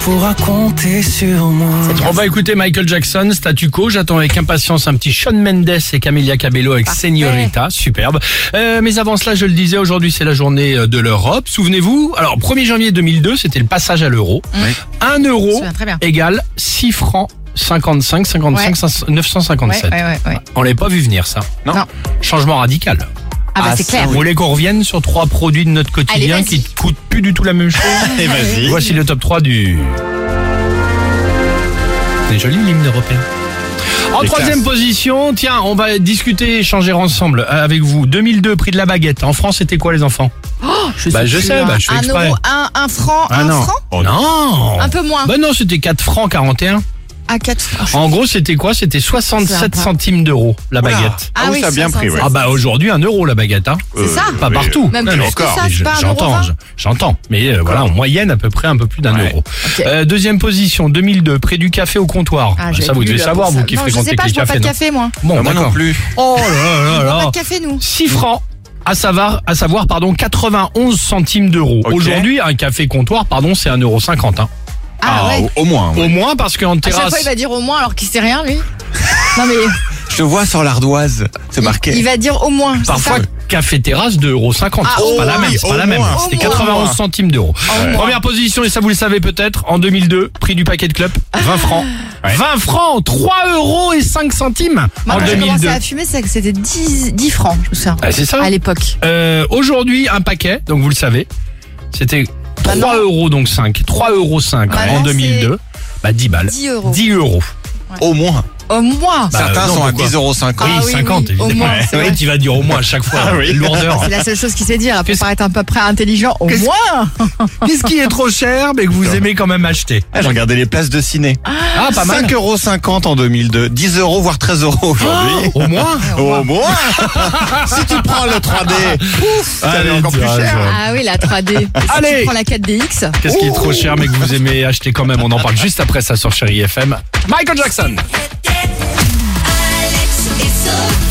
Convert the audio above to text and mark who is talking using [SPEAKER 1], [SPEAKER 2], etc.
[SPEAKER 1] pourras compter sur moi.
[SPEAKER 2] On va écouter bah, Michael Jackson, Statu Quo. J'attends avec impatience un petit Sean Mendes et Camilla Cabello avec
[SPEAKER 3] Parfait.
[SPEAKER 2] Señorita. Superbe. Euh, mais avant cela, je le disais, aujourd'hui c'est la journée euh, de l'Europe. Souvenez-vous, alors 1er janvier 2002, c'était le passage à l'euro. Un
[SPEAKER 3] Je me
[SPEAKER 2] euro
[SPEAKER 3] souviens très bien.
[SPEAKER 2] égale 6 francs 55, 55,
[SPEAKER 3] Ouais.
[SPEAKER 2] 500,
[SPEAKER 3] Ouais,
[SPEAKER 2] 957.
[SPEAKER 3] ouais, ouais, ouais.
[SPEAKER 2] On l'avait pas vu venir ça.
[SPEAKER 3] Non.
[SPEAKER 2] Changement radical.
[SPEAKER 3] Ah bah
[SPEAKER 4] Ah,
[SPEAKER 3] c'est
[SPEAKER 4] ça,
[SPEAKER 3] clair.
[SPEAKER 2] Vous voulez qu'on revienne sur trois produits de notre quotidien
[SPEAKER 3] Allez, vas-y.
[SPEAKER 2] qui ne coûtent plus du tout la même chose
[SPEAKER 4] Et vas-y.
[SPEAKER 2] Voici le top 3 du. C'est joli l'hymne européen. En
[SPEAKER 4] Les
[SPEAKER 2] troisième
[SPEAKER 4] classes.
[SPEAKER 2] position, tiens, on va discuter, échanger ensemble euh, avec vous. 2002, prix de la baguette. En France, c'était quoi les enfants
[SPEAKER 3] Je
[SPEAKER 2] Bah
[SPEAKER 3] sais
[SPEAKER 2] je
[SPEAKER 3] plus,
[SPEAKER 2] sais,
[SPEAKER 3] hein.
[SPEAKER 2] bah, je fais
[SPEAKER 3] un
[SPEAKER 2] exprès.
[SPEAKER 3] euro, un, un franc,
[SPEAKER 2] Ah,
[SPEAKER 3] un
[SPEAKER 2] non.
[SPEAKER 3] franc
[SPEAKER 4] Oh,
[SPEAKER 2] non
[SPEAKER 3] Un peu moins.
[SPEAKER 2] Bah non, c'était 4 francs 41.
[SPEAKER 3] À 4 francs.
[SPEAKER 2] En gros, c'était quoi C'était 67
[SPEAKER 3] Sympa.
[SPEAKER 2] centimes d'euros la
[SPEAKER 4] Oula.
[SPEAKER 2] baguette.
[SPEAKER 4] Ah, oui, ça a bien pris, ouais.
[SPEAKER 2] Ah
[SPEAKER 3] oh,
[SPEAKER 2] bah aujourd'hui, un euro la baguette, hein
[SPEAKER 3] c'est
[SPEAKER 4] Euh,
[SPEAKER 3] ça
[SPEAKER 2] Pas partout.
[SPEAKER 3] Même
[SPEAKER 2] euh,
[SPEAKER 3] plus
[SPEAKER 2] Non, mais
[SPEAKER 3] que ça,
[SPEAKER 2] mais
[SPEAKER 3] c'est
[SPEAKER 2] je-
[SPEAKER 3] pas un euro
[SPEAKER 2] J'entends,
[SPEAKER 3] vingt
[SPEAKER 2] je- j'entends. Mais euh, voilà, en moyenne, à peu près un peu plus d'un
[SPEAKER 4] Ouais.
[SPEAKER 2] euro.
[SPEAKER 3] Ok.
[SPEAKER 2] Euh, deuxième position, 2002, près du café au comptoir.
[SPEAKER 3] Ah,
[SPEAKER 2] ça,
[SPEAKER 3] j'avais
[SPEAKER 2] vous
[SPEAKER 3] plus
[SPEAKER 2] devez
[SPEAKER 3] là pour
[SPEAKER 2] savoir,
[SPEAKER 3] ça.
[SPEAKER 2] vous qui
[SPEAKER 3] Non,
[SPEAKER 2] fréquentez
[SPEAKER 3] Je sais pas,
[SPEAKER 2] les
[SPEAKER 3] je bois pas
[SPEAKER 2] cafés.
[SPEAKER 3] de
[SPEAKER 2] non
[SPEAKER 3] café, Ah, moi.
[SPEAKER 2] Bon,
[SPEAKER 4] Moi non
[SPEAKER 2] d'accord.
[SPEAKER 4] plus.
[SPEAKER 2] Oh là là
[SPEAKER 3] On boit
[SPEAKER 2] là
[SPEAKER 3] pas
[SPEAKER 2] là.
[SPEAKER 3] de café, nous.
[SPEAKER 2] 6 francs. À savoir, à savoir, pardon, 91 centimes d'euros.
[SPEAKER 4] Ok.
[SPEAKER 2] Aujourd'hui, un café comptoir, pardon, c'est 1,50€. Hein.
[SPEAKER 3] Ah ouais.
[SPEAKER 4] au, au moins. ouais.
[SPEAKER 2] Au moins parce qu'en
[SPEAKER 3] À chaque
[SPEAKER 2] terrasse.
[SPEAKER 3] fois, il va dire au moins alors qu'il sait rien, lui. Non, mais
[SPEAKER 4] Je te vois sur l'ardoise. C'est marqué.
[SPEAKER 3] il va dire au moins. c'est
[SPEAKER 2] Parfois,
[SPEAKER 3] ça
[SPEAKER 2] café terrasse de euros cinquante.
[SPEAKER 3] Ah,
[SPEAKER 2] c'est
[SPEAKER 3] au
[SPEAKER 2] pas la
[SPEAKER 4] moins,
[SPEAKER 2] même, c'est pas
[SPEAKER 4] au
[SPEAKER 2] la même.
[SPEAKER 4] moins,
[SPEAKER 2] C'était
[SPEAKER 3] au moins.
[SPEAKER 2] 91 centimes d'euros.
[SPEAKER 3] Ouais.
[SPEAKER 2] Première position, et ça vous le savez peut-être, en 2002, prix du paquet de club, 20 francs. 20 francs, 3 euros et 5 centimes
[SPEAKER 3] Moi,
[SPEAKER 2] en
[SPEAKER 3] quand j'ai
[SPEAKER 2] 2002.
[SPEAKER 3] commencé à fumer, c'est que c'était 10, 10 francs, je me souviens.
[SPEAKER 2] Ah, c'est ça.
[SPEAKER 3] À l'époque.
[SPEAKER 2] Euh, Aujourd'hui, un paquet, donc vous le savez, c'était
[SPEAKER 3] Bah
[SPEAKER 2] 3
[SPEAKER 3] non.
[SPEAKER 2] euros donc 5. 3 euros 5
[SPEAKER 3] Bah
[SPEAKER 2] en
[SPEAKER 3] non,
[SPEAKER 2] 2002. Bah 10 balles.
[SPEAKER 3] 10 euros.
[SPEAKER 2] 10 euros.
[SPEAKER 4] Au moins.
[SPEAKER 3] Au moins.
[SPEAKER 2] Bah,
[SPEAKER 4] Certains
[SPEAKER 2] euh, non,
[SPEAKER 4] sont à
[SPEAKER 2] pourquoi
[SPEAKER 4] 10,50
[SPEAKER 3] Ah
[SPEAKER 4] euros. Eh,
[SPEAKER 2] oui,
[SPEAKER 3] oui,
[SPEAKER 2] 50
[SPEAKER 3] oui, au
[SPEAKER 2] évidemment.
[SPEAKER 3] moins, c'est
[SPEAKER 2] Ouais,
[SPEAKER 3] vrai.
[SPEAKER 2] tu vas dire au moins à chaque fois.
[SPEAKER 4] Ah oui.
[SPEAKER 2] Lourdeur.
[SPEAKER 3] C'est la seule chose qui sait dire. Après,
[SPEAKER 2] Qu'est-ce-
[SPEAKER 3] paraître un peu près intelligent. Au
[SPEAKER 2] Qu'est-ce-
[SPEAKER 3] moins.
[SPEAKER 2] Qu'est-ce qui est trop cher mais que vous aimez quand même acheter
[SPEAKER 4] Ah, J'ai regardé les places de ciné.
[SPEAKER 2] Ah, pas mal.
[SPEAKER 4] 5,50 euros en 2002. 10 euros, voire 13 euros aujourd'hui.
[SPEAKER 2] Au moins
[SPEAKER 4] Au moins. Oh. si tu prends le 3D, pouf, ça
[SPEAKER 2] Allez,
[SPEAKER 4] est encore plus
[SPEAKER 2] tirage,
[SPEAKER 4] cher.
[SPEAKER 2] ouais.
[SPEAKER 3] Ah oui, la 3D. Et si
[SPEAKER 2] Allez.
[SPEAKER 3] Tu prends la 4DX.
[SPEAKER 2] Qu'est-ce qui est trop cher mais que vous aimez acheter quand même On en parle juste après ça sur Chéri FM. Michael Jackson
[SPEAKER 5] Alex et Sophie.